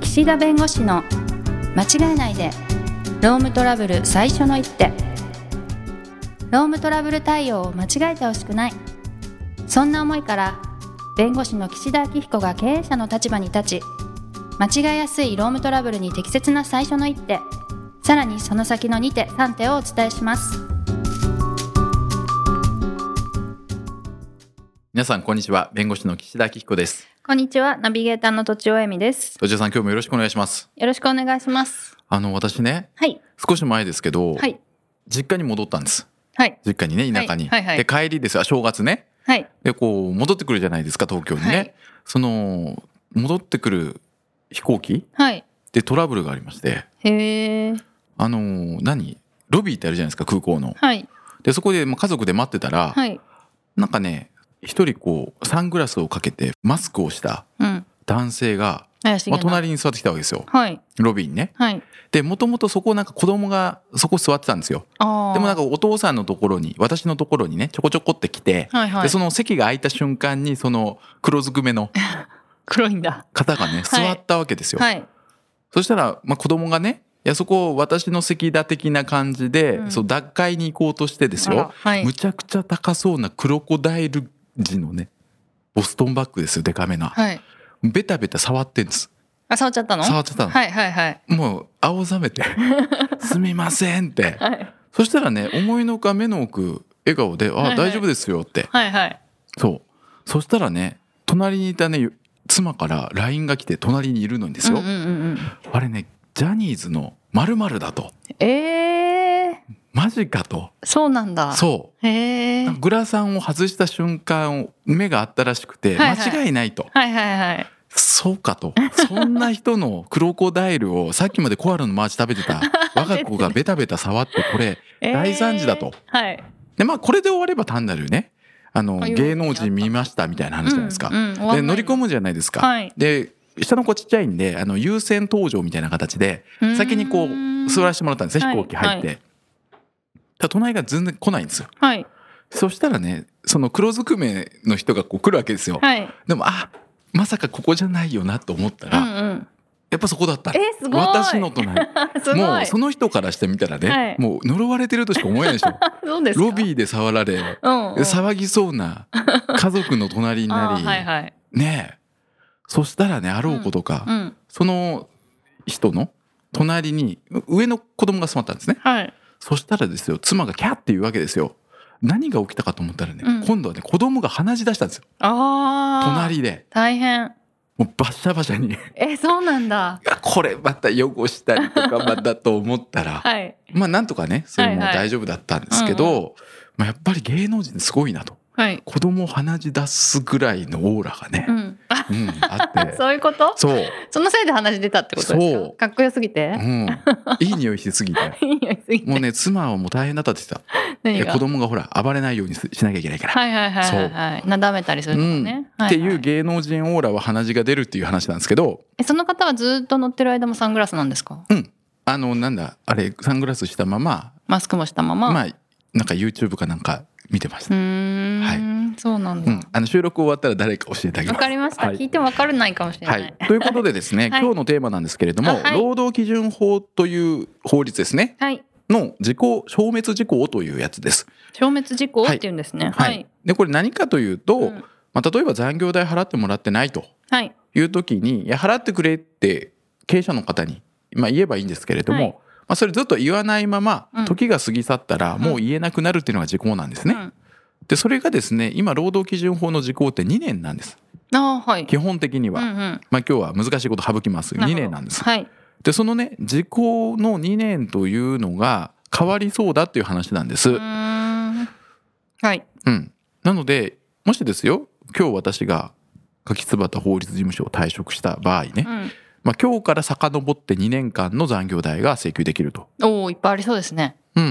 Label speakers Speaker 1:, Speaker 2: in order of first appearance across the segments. Speaker 1: 岸田弁護士の間違えないでロームトラブル最初の一手ロームトラブル対応を間違えてほしくないそんな思いから弁護士の岸田明彦が経営者の立場に立ち間違えやすいロームトラブルに適切な最初の一手さらにその先の2手3手をお伝えします
Speaker 2: 皆さんこんにちは弁護士の岸田明彦です
Speaker 1: こんにちはナビゲーターのとちおえみです
Speaker 2: 土地さん今日もよろしくお願いします
Speaker 1: よろしくお願いします
Speaker 2: あの私ね
Speaker 1: はい
Speaker 2: 少し前ですけど、
Speaker 1: はい
Speaker 2: 実家に戻ったんです
Speaker 1: はい
Speaker 2: 実家にね田舎に、
Speaker 1: はいはいはい
Speaker 2: で帰りですあ正月ね
Speaker 1: はい
Speaker 2: でこう戻ってくるじゃないですか東京にね、
Speaker 1: はい
Speaker 2: その戻ってくる飛行機
Speaker 1: はい
Speaker 2: でトラブルがありまして
Speaker 1: へえ
Speaker 2: あのー何ロビーってあるじゃないですか空港の
Speaker 1: はい
Speaker 2: でそこでまあ家族で待ってたら、
Speaker 1: はい
Speaker 2: なんかね一人こうサングラスをかけてマスクをした
Speaker 1: うん
Speaker 2: 男性が、
Speaker 1: 怪しげ
Speaker 2: ま
Speaker 1: な
Speaker 2: あ、隣に座ってきたわけですよ
Speaker 1: はい
Speaker 2: ロビーにね
Speaker 1: はい
Speaker 2: でもともとそこなんか子供がそこ座ってたんですよ
Speaker 1: ああ
Speaker 2: でもなんかお父さんのところに私のところにねちょこちょこって来て、
Speaker 1: はいはい
Speaker 2: でその席が空いた瞬間にその黒ずくめの
Speaker 1: 黒いんだ
Speaker 2: 方がね
Speaker 1: はい
Speaker 2: 座ったわけですよ、
Speaker 1: はい
Speaker 2: そしたら、まあ、子供がねいやそこ私の席だ的な感じで、
Speaker 1: うん
Speaker 2: そう脱会に行こうとしてです
Speaker 1: あら
Speaker 2: よ、
Speaker 1: はい
Speaker 2: むちゃくちゃ高そうなクロコダイル時のねボストンバッグですよデカめな、
Speaker 1: はい
Speaker 2: ベタベタ触ってんです
Speaker 1: あ触っちゃったの
Speaker 2: 触ってたの、
Speaker 1: はいはいはい
Speaker 2: もう青ざ めて「すみません」って
Speaker 1: はい
Speaker 2: そしたらね思いのほか目の奥笑顔で「あ、
Speaker 1: はいはい
Speaker 2: 大丈夫ですよ」って
Speaker 1: はいはい
Speaker 2: そうそしたらね隣にいたね妻から LINE が来て隣にいるのにですよ、
Speaker 1: うんうんうんうん
Speaker 2: あれねジャニーズの〇〇だと
Speaker 1: ええ
Speaker 2: マジかと
Speaker 1: そうなんだ
Speaker 2: そう
Speaker 1: へえ
Speaker 2: うなんかグラサンを外した瞬間目があったらしくて、
Speaker 1: はいはい
Speaker 2: 間違いないと
Speaker 1: はいはいはい
Speaker 2: そうかとそんな人のクロコダイルをさっきまでコアラのマーチ食べて た我が子がベタベタ触ってこれ
Speaker 1: えー
Speaker 2: 大惨事だと
Speaker 1: はい
Speaker 2: でまあこれで終われば単なるねあの
Speaker 1: あよく
Speaker 2: 芸能人見ましたみたいな話じゃないですか。
Speaker 1: うんうん終わん
Speaker 2: で
Speaker 1: ない
Speaker 2: 乗り込むじゃないですか。
Speaker 1: はい
Speaker 2: で下の子ちっちゃいんであの優先登場みたいな形で先にこ
Speaker 1: うーん
Speaker 2: う座らせてもらったんですね
Speaker 1: はい
Speaker 2: 飛行機入って。ただ隣が全然来ないんですよ。
Speaker 1: はい
Speaker 2: そしたらねその黒ずくめの人がこう来るわけですよ。
Speaker 1: はい
Speaker 2: でもあまさかここじゃないよなと思った
Speaker 1: う
Speaker 2: ら、
Speaker 1: んうん
Speaker 2: やっぱそこだった
Speaker 1: えーす
Speaker 2: の
Speaker 1: ごい
Speaker 2: 私の隣
Speaker 1: すごい
Speaker 2: もうその人からしてみたらね、
Speaker 1: はい
Speaker 2: もう呪われてるとしか思えないでしょ
Speaker 1: そうですか
Speaker 2: ロビーで触られ
Speaker 1: うんうん
Speaker 2: 騒ぎそうな家族の隣にな
Speaker 1: あ
Speaker 2: り、
Speaker 1: ーはいはい
Speaker 2: ねえそしたらねあろうことか、
Speaker 1: うん
Speaker 2: その人の隣にう上の子供が座ったんですね
Speaker 1: はい
Speaker 2: そしたらですよ妻がキャーって言うわけですよ何が起きたかと思ったらね、
Speaker 1: うん
Speaker 2: 今度はね子供が鼻血出したんですよ
Speaker 1: ああ
Speaker 2: 隣で
Speaker 1: 大変
Speaker 2: もうバッシャバシャに
Speaker 1: えそうなんだ
Speaker 2: あこれまた汚したりと かまたと思ったら
Speaker 1: はい
Speaker 2: まあなんとかねそれも
Speaker 1: はいはい
Speaker 2: 大丈夫だったんですけど、まあ、やっぱり芸能人すごいなと
Speaker 1: はい
Speaker 2: 子供鼻血出すぐらいのオーラがね
Speaker 1: う、んあ
Speaker 2: うんあって
Speaker 1: そういうこと
Speaker 2: そう、
Speaker 1: そのせいで話出たってことです
Speaker 2: そう
Speaker 1: かかっこよすぎ
Speaker 2: う
Speaker 1: て
Speaker 2: ん、いい匂いしすぎて
Speaker 1: いいよすぎ
Speaker 2: もう
Speaker 1: て
Speaker 2: ね妻はもう大変だったって言ってたい
Speaker 1: 何
Speaker 2: や
Speaker 1: が
Speaker 2: 子供がほら暴れないようにすしなきゃいけないから、
Speaker 1: はいはいはいはいはいなだめたりする
Speaker 2: う
Speaker 1: の
Speaker 2: ん
Speaker 1: ね、
Speaker 2: っ
Speaker 1: は
Speaker 2: て
Speaker 1: いはい
Speaker 2: いう芸能人オーラは鼻血が出るっていう話なんですけど
Speaker 1: えその方はずっと乗ってる間もサングラスなんですか
Speaker 2: あのなんだあれサングラスしたまま
Speaker 1: マスクもしたまま、
Speaker 2: まあなんか YouTube かなんか見てまし
Speaker 1: う
Speaker 2: た、
Speaker 1: ーん、そうなん
Speaker 2: う
Speaker 1: だ
Speaker 2: ん
Speaker 1: わ、、
Speaker 2: あの収録終わったら誰か教えてあげます
Speaker 1: かりました、
Speaker 2: はい
Speaker 1: 聞いてもわからないかもしれな、
Speaker 2: はいい、ということでですね、
Speaker 1: はい
Speaker 2: 今日のテーマなんですけれども、
Speaker 1: あはい
Speaker 2: 労働基準法という法律ですね
Speaker 1: はい
Speaker 2: の事項消滅事項というやつです。
Speaker 1: 消滅事項っ
Speaker 2: はい
Speaker 1: て言うんですね
Speaker 2: は
Speaker 1: はいい
Speaker 2: でこれ何かというと、
Speaker 1: うん
Speaker 2: まあ、例えば残業代払ってもらってないと
Speaker 1: はい
Speaker 2: いう時に「いや払ってくれ」って経営者の方に、まあ、言えばいいんですけれども、
Speaker 1: はい
Speaker 2: まあ、それずっと言わないまま
Speaker 1: うん
Speaker 2: 時が過ぎ去ったらもう言えなくなるっていうのが事項なんですね。
Speaker 1: うん
Speaker 2: でそれがですね今労働基準法の事項って2年なんです
Speaker 1: あーはい
Speaker 2: 基本的には。
Speaker 1: うんうん
Speaker 2: まあ、今日は難しいこと省きます2年なんです。
Speaker 1: はい
Speaker 2: でそのね時効の2年というのが変わりそうだっていう話なんです。
Speaker 1: うーんはい
Speaker 2: うん、なのでもしですよ今日私が柿椿法律事務所を退職した場合ね、
Speaker 1: うん
Speaker 2: まあ、今日から遡って2年間の残業代が請求できると。
Speaker 1: おおいっぱいありそうですね
Speaker 2: うん、う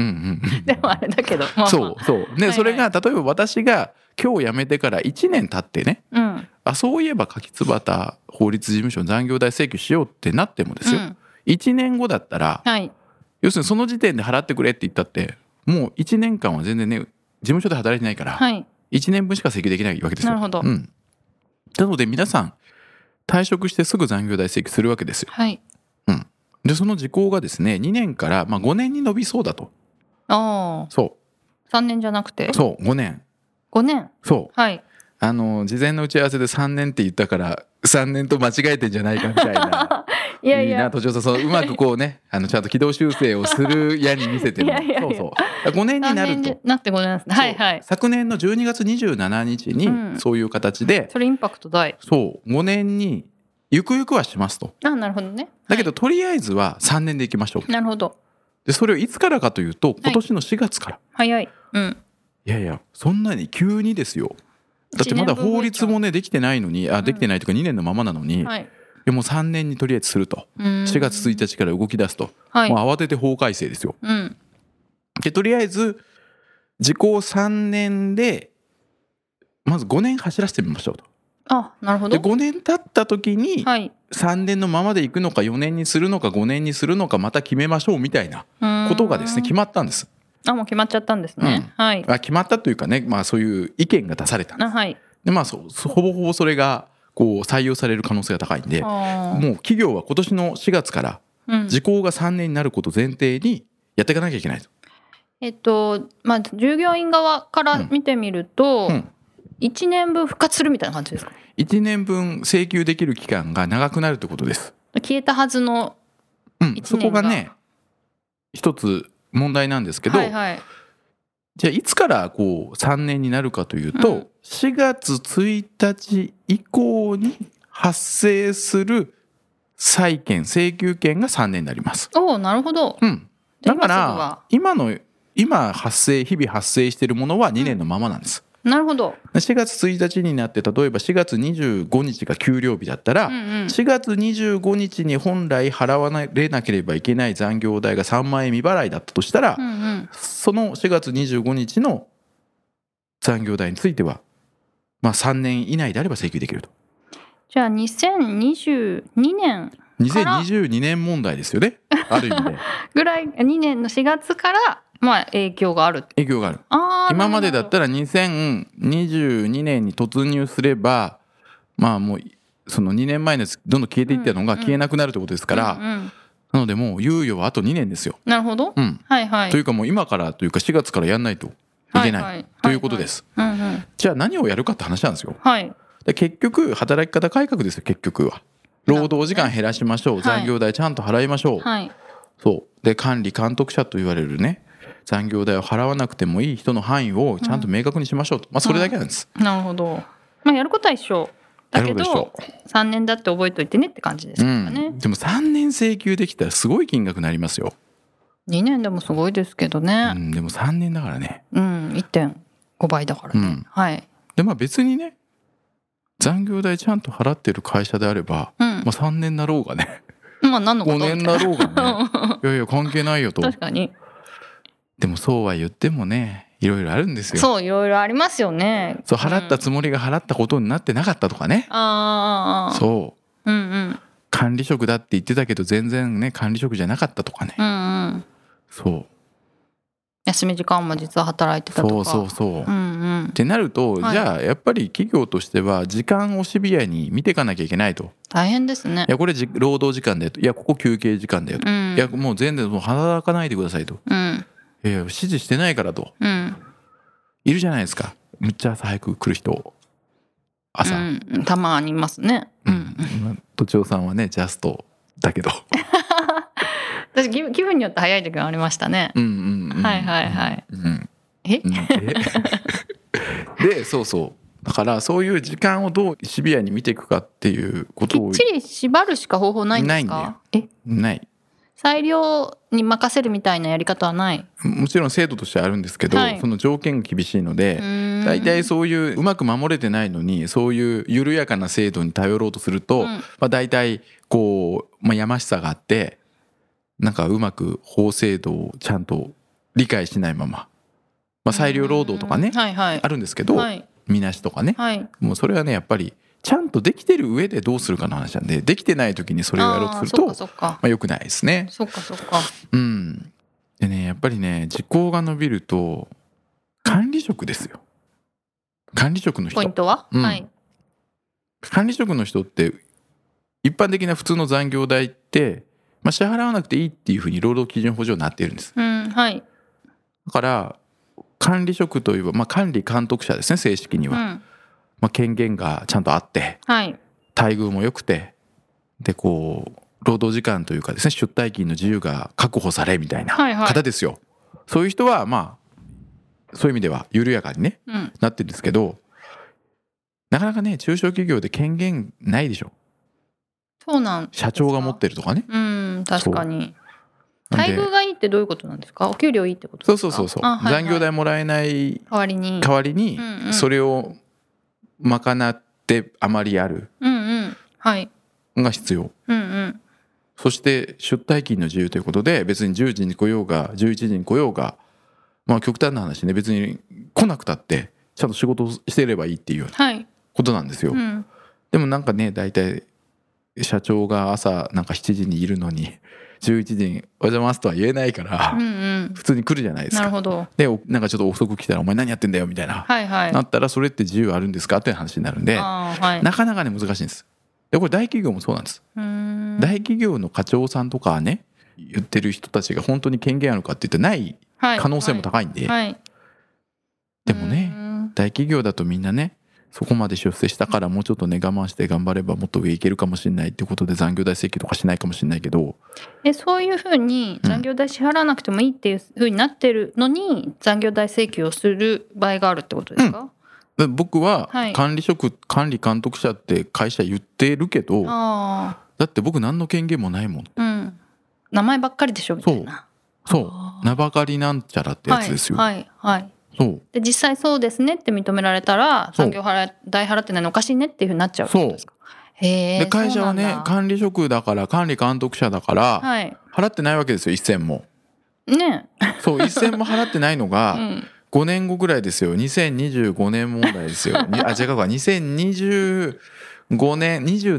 Speaker 2: んうん
Speaker 1: でもあれだけど、まあまあ
Speaker 2: そうそう
Speaker 1: は
Speaker 2: ね、
Speaker 1: い
Speaker 2: それが例えば私が今日辞めてから1年経ってね
Speaker 1: うん
Speaker 2: あそういえば柿椿法律事務所に残業代請求しようってなってもです
Speaker 1: う
Speaker 2: よ、
Speaker 1: ん
Speaker 2: 1年後だったら
Speaker 1: はい
Speaker 2: 要するにその時点で払ってくれって言ったってもう1年間は全然ね事務所で働いてないから
Speaker 1: はい
Speaker 2: 1年分しか請求できないわけですよ。
Speaker 1: なるほど
Speaker 2: うん、なので皆さん退職してすぐ残業代請求するわけですよ。
Speaker 1: はい。
Speaker 2: でその時効がですね2年から、まあ、5年に伸びそうだと
Speaker 1: あ
Speaker 2: そ
Speaker 1: あ、3年じゃなくて
Speaker 2: う、そう5年
Speaker 1: 5年。
Speaker 2: そう
Speaker 1: はい。
Speaker 2: あの事前の打ち合わせで3年って言ったから3年と間違えてんじゃないかみたいな
Speaker 1: いやい
Speaker 2: な
Speaker 1: や、
Speaker 2: 途中さんそううまくこうねあのちゃんと軌道修正をするやに見せて る
Speaker 1: いやいやいや
Speaker 2: そうそうだから5年に
Speaker 1: 3
Speaker 2: な
Speaker 1: 年
Speaker 2: る
Speaker 1: じ
Speaker 2: と
Speaker 1: ゃなくて5年ですね。はいはい
Speaker 2: そう。昨年の12月27日
Speaker 1: うん
Speaker 2: にそういう形で、
Speaker 1: それインパクト大。
Speaker 2: そう5年にゆくゆくはしますと
Speaker 1: あなるほどね。
Speaker 2: だけど、
Speaker 1: は
Speaker 2: とりあえずは3年でいきましょう
Speaker 1: いなるほど。
Speaker 2: でそれをいつからかというと今年の4月から、
Speaker 1: 早い。うん。
Speaker 2: いやいやそんなに急にですよだってまだ法律もねできてないのに
Speaker 1: う
Speaker 2: あ
Speaker 1: ん
Speaker 2: できてないというか2年のままなのに、い
Speaker 1: はい。
Speaker 2: やもう3年にとりあえずすると4
Speaker 1: 4
Speaker 2: 月1日から動き出すと、
Speaker 1: はい
Speaker 2: も。う慌てて法改正ですよ
Speaker 1: うん。
Speaker 2: でとりあえず時効3年でまず5年走らせてみましょうと
Speaker 1: あなるほ
Speaker 2: で
Speaker 1: ど。
Speaker 2: 5年経った時に
Speaker 1: はい。
Speaker 2: 3年のままでいくのか4年にするのか5年にするのかまた決めましょうみたいなことがですね決
Speaker 1: ま
Speaker 2: まったんです
Speaker 1: あもう決まっちゃったんですね。はい。
Speaker 2: あ決まったというかね、まあ、そういう意見が出されたんで
Speaker 1: あ
Speaker 2: す
Speaker 1: はい。
Speaker 2: でまあそそほぼほぼそれがこう採用される可能性が高いんでも
Speaker 1: あ
Speaker 2: う企業は今年の4月から
Speaker 1: ーうん
Speaker 2: 時効が3年になることを前提にやっていかなきゃいけないと。
Speaker 1: えっとまあ従業員側から見てみると
Speaker 2: うん
Speaker 1: 一年分復活するみたいな感じですか。
Speaker 2: 1年分請求できる期間が長くなるってことです。
Speaker 1: 消えたはずの
Speaker 2: うん
Speaker 1: 一、年
Speaker 2: そこがね一つ問題なんですけど、
Speaker 1: はいはい。
Speaker 2: じゃあいつからこう3年になるかというと、
Speaker 1: うん
Speaker 2: 4月1日以降に発生する債権請求権が3年になります。
Speaker 1: おおなるほど。
Speaker 2: うん、
Speaker 1: じゃあ
Speaker 2: だか
Speaker 1: 今すぐは
Speaker 2: ら今の今発生日々発生しているものは2年のままなんです。
Speaker 1: なるほど。
Speaker 2: 4月1日になって例えば4月25日が給料日だったら、
Speaker 1: うんうん。
Speaker 2: 4月25日に本来払われなければいけない残業代が3万円未払いだったとしたら、
Speaker 1: うんうん。
Speaker 2: その4月25日の残業代については、まあ、3年以内であれば請求できると
Speaker 1: じゃあ2022年から
Speaker 2: 2022年問題ですよねある 意味で
Speaker 1: ぐらい2年の4月からまあ影響がある。
Speaker 2: 影響がある
Speaker 1: あー
Speaker 2: 今までだっ
Speaker 1: なる
Speaker 2: たら2022年に突入すればまあもうその2年前のやつどんどん消えていったのが
Speaker 1: うんうん
Speaker 2: 消えなくなるってことですか
Speaker 1: ほど
Speaker 2: ら、
Speaker 1: うんうん
Speaker 2: なのでもう猶予はあと2年ですよ、
Speaker 1: なるほど。
Speaker 2: うん
Speaker 1: はいはい。
Speaker 2: というかもう今からというか4月からやんないといけない、
Speaker 1: はは
Speaker 2: ということで。す、
Speaker 1: はいはいうんうん。
Speaker 2: じゃあ何をやるかって話なんですよ
Speaker 1: はい。
Speaker 2: で結局働き方改革ですよ結局は労働時間減らしましょう、
Speaker 1: はい
Speaker 2: 残業代ちゃんと払いましょう、
Speaker 1: はい。
Speaker 2: そうで管理監督者と言われるね残業代を払わなくてもいい人の範囲をちゃんと明確にしましょうと、まあそれだけなんです、
Speaker 1: なるほど。まあやることは一緒。だけ
Speaker 2: やることは
Speaker 1: ど三年だって覚えといてねって感じです
Speaker 2: う
Speaker 1: か
Speaker 2: ん
Speaker 1: ね。
Speaker 2: でも3年請求できたらすごい金額になりますよ、
Speaker 1: 二年でもすごいですけど
Speaker 2: う
Speaker 1: ね。
Speaker 2: ん、でも3年だからね
Speaker 1: うん、一点五倍だから
Speaker 2: う
Speaker 1: ね。
Speaker 2: ん
Speaker 1: はい。
Speaker 2: でまあ別にね残業代ちゃんと払ってる会社であれば、
Speaker 1: うん
Speaker 2: まあ、。3年なろうがね
Speaker 1: まあ何のこ
Speaker 2: 5
Speaker 1: と
Speaker 2: 年
Speaker 1: みたい
Speaker 2: なろうがねいやいや関係ないよと
Speaker 1: な確かに。
Speaker 2: でもそうは言ってもねいろいろあるんですよ
Speaker 1: そういろいろありますよね。
Speaker 2: そう払った
Speaker 1: ん
Speaker 2: つもりが払ったことになってなかったとかね、
Speaker 1: あーあー。あー
Speaker 2: そう
Speaker 1: うんうん
Speaker 2: 管理職だって言ってたけど全然ね管理職じゃなかったとかね、
Speaker 1: うんうん。
Speaker 2: そう
Speaker 1: 休み時間も実は働いてたとか。
Speaker 2: そうそうそう、
Speaker 1: う
Speaker 2: っ
Speaker 1: んうん。
Speaker 2: てなると、
Speaker 1: はい
Speaker 2: じゃあやっぱり企業としては時間をシビアに見ていかなきゃいけないと
Speaker 1: 大変ですね
Speaker 2: い。やこれじ労働時間だよといやここ休憩時間だよと、
Speaker 1: うん。
Speaker 2: いやもう全然もう働かないでくださいと
Speaker 1: うん
Speaker 2: いやいや指示してないからと
Speaker 1: うん。
Speaker 2: いるじゃないですかむっちゃ朝早く来る人朝、
Speaker 1: うん、たまにいますね。うん、
Speaker 2: うん、とちおさんはねジャスト だけど
Speaker 1: 私気分気分によって早い時がありましたね。
Speaker 2: うんうん、うん、
Speaker 1: はいはいはい。
Speaker 2: うん
Speaker 1: え、
Speaker 2: うん ででそうそうだからそういう時間をどうシビアに見ていくかっていうこ
Speaker 1: き
Speaker 2: と
Speaker 1: っ
Speaker 2: を
Speaker 1: ちり縛るしか方法ないんです
Speaker 2: ないん
Speaker 1: か。え、
Speaker 2: ない
Speaker 1: 裁量に任せるみたいなやり方はない。
Speaker 2: もちろん制度としてあるんですけど、
Speaker 1: はい
Speaker 2: その条件が厳しいので、
Speaker 1: 大
Speaker 2: 大体そういううまく守れてないのにそういう緩やかな制度に頼ろうとすると、
Speaker 1: うん
Speaker 2: まあ、大体こう、まあ、やましさがあってなんかうまく法制度をちゃんと理解しないまま、まあ、裁量労働とかね
Speaker 1: はいはい
Speaker 2: あ。るんですけど、
Speaker 1: はい
Speaker 2: みなしとかね
Speaker 1: はい。
Speaker 2: もうそれはねやっぱりちゃんとできてる上でどうするかの話なんでできてない時にそれをやろうとすると
Speaker 1: あーそっか
Speaker 2: まあ、良くないですね。
Speaker 1: そっか。そっかそっか。
Speaker 2: うん、でねやっぱりね時効が伸びると管理職ですよ管理職の
Speaker 1: ポイン
Speaker 2: 人
Speaker 1: トは、
Speaker 2: うん
Speaker 1: はい。
Speaker 2: 管理職の人って一般的な普通の残業代って、まあ、支払わなくていいっていうふうに労働基準法上なっているんです
Speaker 1: うんはい
Speaker 2: だから管理職といえば、まあ、管理監督者ですね正式に
Speaker 1: う
Speaker 2: は、
Speaker 1: ん
Speaker 2: まあ、権限がちゃんとあって
Speaker 1: はい
Speaker 2: 待遇も良くてでこう労働時間というかですね出退勤の自由が確保されみたいな
Speaker 1: はいはい
Speaker 2: 方ですよ、そういう人はまあそういう意味では緩やかにね
Speaker 1: うん
Speaker 2: なってるんですけどなかなかね中小企業で権限ないでしょ
Speaker 1: そうなん
Speaker 2: 社長が持ってるとかね
Speaker 1: うん確かに
Speaker 2: なん
Speaker 1: 待
Speaker 2: で
Speaker 1: 遇がいいってどういうことなんですかお給料いいってこと
Speaker 2: そ
Speaker 1: で
Speaker 2: う
Speaker 1: す
Speaker 2: そ
Speaker 1: か
Speaker 2: うそうそう、
Speaker 1: あはいはい
Speaker 2: 残業代もらえない
Speaker 1: 代わりに
Speaker 2: 代わりに
Speaker 1: うんうん
Speaker 2: それを賄ってあまりある
Speaker 1: うんうんはい
Speaker 2: が必要
Speaker 1: うんうん
Speaker 2: そして出退勤の自由ということで別に10時に来ようが11時に来ようがまあ極端な話ね別に来なくたってちゃんと仕事をしていればいいっていう
Speaker 1: はい
Speaker 2: ことなんですよ、
Speaker 1: うん
Speaker 2: でもなんかね大体社長が朝なんか7時にいるのに11時 に「おはようございます」とは言えないから、
Speaker 1: うんうん
Speaker 2: 普通に来るじゃないです
Speaker 1: なる
Speaker 2: か
Speaker 1: ほど
Speaker 2: でおなんかちょっと遅く来たら「お前何やってんだよ」みたいな、
Speaker 1: はいはい
Speaker 2: なったらそれって自由あるんですかって話になるんで
Speaker 1: あーはい
Speaker 2: なかなかね難しいんですでこれ大企業もそうなんです
Speaker 1: うーん
Speaker 2: 大企業の課長さんとかね言ってる人たちが本当に権限あるかって言ってない
Speaker 1: はい
Speaker 2: 可能性も高いんで、
Speaker 1: はいはい
Speaker 2: でもね
Speaker 1: うーん
Speaker 2: 大企業だとみんなねそこまで出世したからもうちょっとね我慢して頑張ればもっと上行けるかもしれないってことで残業代請求とかしないかもしれないけど
Speaker 1: えそういうふうに残業代支払わなくてもいいっていうふうになってるのに残業代請求をする場合があるってことですか、
Speaker 2: で僕は
Speaker 1: はい
Speaker 2: 管理職、管理監督者って会社言ってるけどだ
Speaker 1: あ
Speaker 2: って僕何の権限もないもん
Speaker 1: あうん名前ばっかりでしょみたいな
Speaker 2: そ
Speaker 1: あ
Speaker 2: う名ばかりなんちゃらってやつですよ、
Speaker 1: はいはい、はい
Speaker 2: そう
Speaker 1: で実際そうですねって認められたら
Speaker 2: そう
Speaker 1: 産業払い代払ってないのおかしいねっていうふうになっちゃうってことですかへえ
Speaker 2: で会社は
Speaker 1: そう
Speaker 2: ね
Speaker 1: なんだ
Speaker 2: 管理職だから管理監督者だから
Speaker 1: はい
Speaker 2: 払ってないわけですよ一銭も
Speaker 1: ね
Speaker 2: そう一銭も払ってないの
Speaker 1: う
Speaker 2: が
Speaker 1: ん
Speaker 2: 5年後ぐらいですよ2025年問題ですよにあ違うか2025年27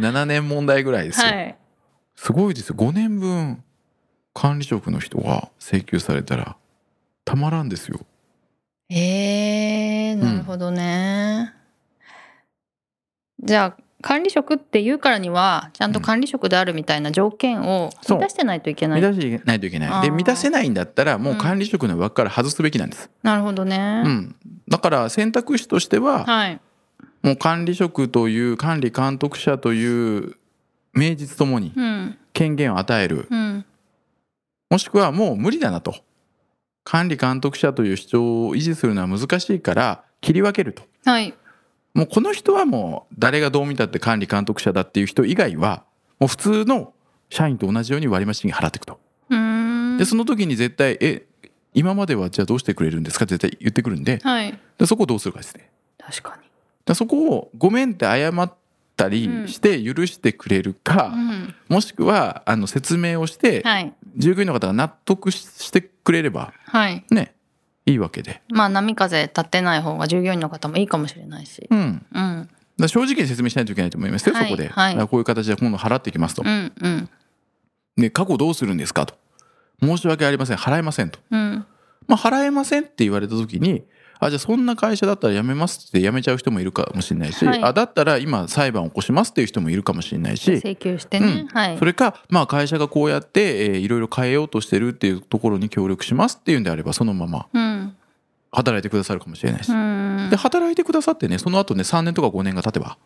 Speaker 2: 2027年問題ぐらいですよ、
Speaker 1: はい
Speaker 2: すごいですよ5年分管理職の人が請求されたらたまらんですよ
Speaker 1: えー、なるほどね、じゃあ管理職っていうからにはちゃんと管理職であるみたいな条件を
Speaker 2: そう
Speaker 1: 満たしてないといけな
Speaker 2: 満
Speaker 1: い、
Speaker 2: たしてないといけ
Speaker 1: あ
Speaker 2: ない
Speaker 1: ー
Speaker 2: で満たせないんだったらもううん管理職の枠から外すべきなんです、
Speaker 1: なるほど
Speaker 2: う
Speaker 1: ね
Speaker 2: ん、だから選択肢としては、
Speaker 1: はい
Speaker 2: もう管理職という管理監督者という名実ともに
Speaker 1: うん
Speaker 2: 権限を与える
Speaker 1: うん
Speaker 2: もしくはもう無理だなと管理監督者という主張を維持するのは難しいから切り分けると
Speaker 1: はい
Speaker 2: もうこの人はもう誰がどう見たって管理監督者だっていう人以外はもう普通の社員と同じように割増に払っていくと
Speaker 1: うーん
Speaker 2: でその時に絶対「え今まではじゃあどうしてくれるんですか?」絶対言ってくるんで
Speaker 1: はい
Speaker 2: でそこをどうするかですね
Speaker 1: 確かに
Speaker 2: だからそこを「ごめん」って謝ったりして許してくれるか、
Speaker 1: うん
Speaker 2: もしくはあの説明をして
Speaker 1: はい
Speaker 2: 従業員の方が納得ししてくれれば
Speaker 1: はい
Speaker 2: ねいいわけで、
Speaker 1: まあ波風立ってない方が従業員の方もいいかもしれないし
Speaker 2: うん、だか
Speaker 1: うん
Speaker 2: ら正直に説明しないといけないと思いますよ、
Speaker 1: はい
Speaker 2: そこ
Speaker 1: は
Speaker 2: で、
Speaker 1: い
Speaker 2: だからこういう形で今度払っていきますと、
Speaker 1: うんうん
Speaker 2: で過去どうするんですかと申し訳ありません払えませんと、
Speaker 1: うん
Speaker 2: まあ、払えませんって言われた時にあじゃあそんな会社だったら辞めますって辞めちゃう人もいるかもしれないし、
Speaker 1: はい
Speaker 2: あだったら今裁判を起こしますっていう人もいるかもしれないし
Speaker 1: 請求してね、
Speaker 2: うん
Speaker 1: はい
Speaker 2: それか、まあ、会社がこうやって、えーいろいろ変えようとしてるっていうところに協力しますっていうんであればそのまま
Speaker 1: うん
Speaker 2: 働いてくださるかもしれないし、
Speaker 1: うん
Speaker 2: で働いてくださってねその後ね3年とか5年が経てば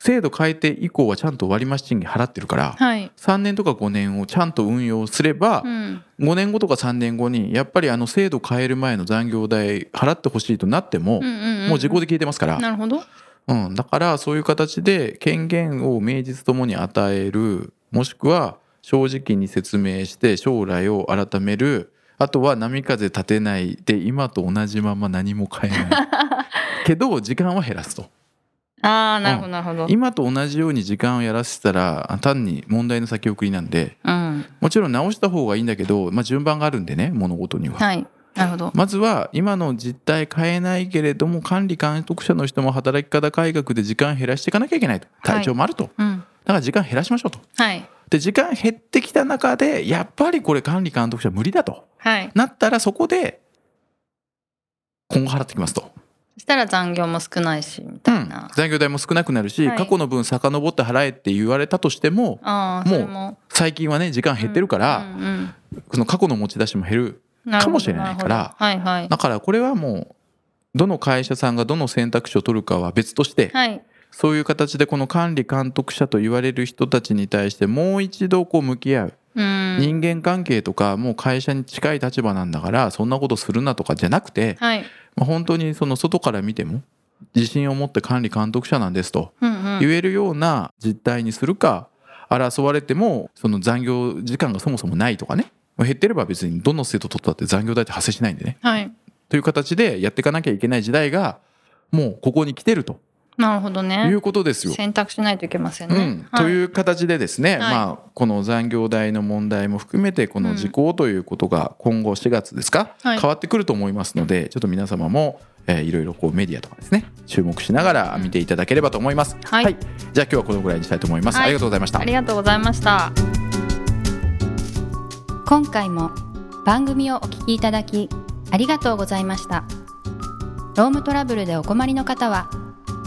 Speaker 2: 制度変えて以降はちゃんと割増賃金払ってるから、
Speaker 1: はい
Speaker 2: 3年とか5年をちゃんと運用すれば
Speaker 1: う、ん
Speaker 2: 5年後とか3年後にやっぱりあの制度変える前の残業代払ってほしいとなっても、
Speaker 1: うんうんん
Speaker 2: もう時効で消えてますから、
Speaker 1: なるほど
Speaker 2: うん、だからそういう形で権限を名実ともに与えるもしくは正直に説明して将来を改めるあとは波風立てないで今と同じまま何も変え ないけど時間は減らすと
Speaker 1: ああなるほどなるほど、
Speaker 2: 今と同じように時間をやらせたらあ単に問題の先送りなんで
Speaker 1: うん、
Speaker 2: もちろん直した方がいいんだけど、まあ、順番があるんでね物事には。
Speaker 1: はいなるほど
Speaker 2: まずは今の実態変えないけれども管理監督者の人も働き方改革で時間減らしていかなきゃいけないと
Speaker 1: はい
Speaker 2: 体調もあると、
Speaker 1: うん
Speaker 2: だから時間減らしましょうと
Speaker 1: はい
Speaker 2: で時間減ってきた中でやっぱりこれ管理監督者無理だと
Speaker 1: はい
Speaker 2: なったらそこで今後払ってきますと
Speaker 1: そしたら残業も少ないしみ
Speaker 2: う
Speaker 1: たい
Speaker 2: ん
Speaker 1: な、、
Speaker 2: 残業代も少なくなるし、
Speaker 1: はい
Speaker 2: 過去の分遡って払えって言われたとしても
Speaker 1: ああ
Speaker 2: も
Speaker 1: そうれも
Speaker 2: 最近はね時間減ってるから、
Speaker 1: うんうん
Speaker 2: その過去の持ち出しも減る
Speaker 1: なるほど
Speaker 2: かもしれないから
Speaker 1: るほどはいはい
Speaker 2: だからこれはもうどの会社さんがどの選択肢を取るかは別として、
Speaker 1: はい
Speaker 2: そういう形でこの管理監督者と言われる人たちに対してもう一度こう向き合う、
Speaker 1: うん
Speaker 2: 人間関係とかもう会社に近い立場なんだからそんなことするなとかじゃなくて、
Speaker 1: はい
Speaker 2: まあ、本当にその外から見ても自信を持って管理監督者なんですと
Speaker 1: うんうん
Speaker 2: 言えるような実態にするか争われてもその残業時間がそもそもないとかね減ってれば別にどの制度取ったって残業代って発生しないんでね
Speaker 1: はい
Speaker 2: という形でやっていかなきゃいけない時代がもうここに来てると
Speaker 1: なるほど
Speaker 2: い
Speaker 1: ね
Speaker 2: うことですよ。
Speaker 1: 選択しないといけませんね、
Speaker 2: うん、
Speaker 1: はい、
Speaker 2: という形でですね、
Speaker 1: い
Speaker 2: まあ、この残業代の問題も含めてこの時効ということが今後4月ですか、
Speaker 1: はい
Speaker 2: 変わってくると思いますのでちょっと皆様も、えーいろいろこうメディアとかですね注目しながら見ていただければと思います、
Speaker 1: はい
Speaker 2: じゃあ今日はこのぐらいにしたいと思います、
Speaker 1: はい
Speaker 2: ありがとうございました
Speaker 1: ありがとうございました
Speaker 3: 今回も番組をお聞きいただきありがとうございましたロームトラブルでお困りの方は「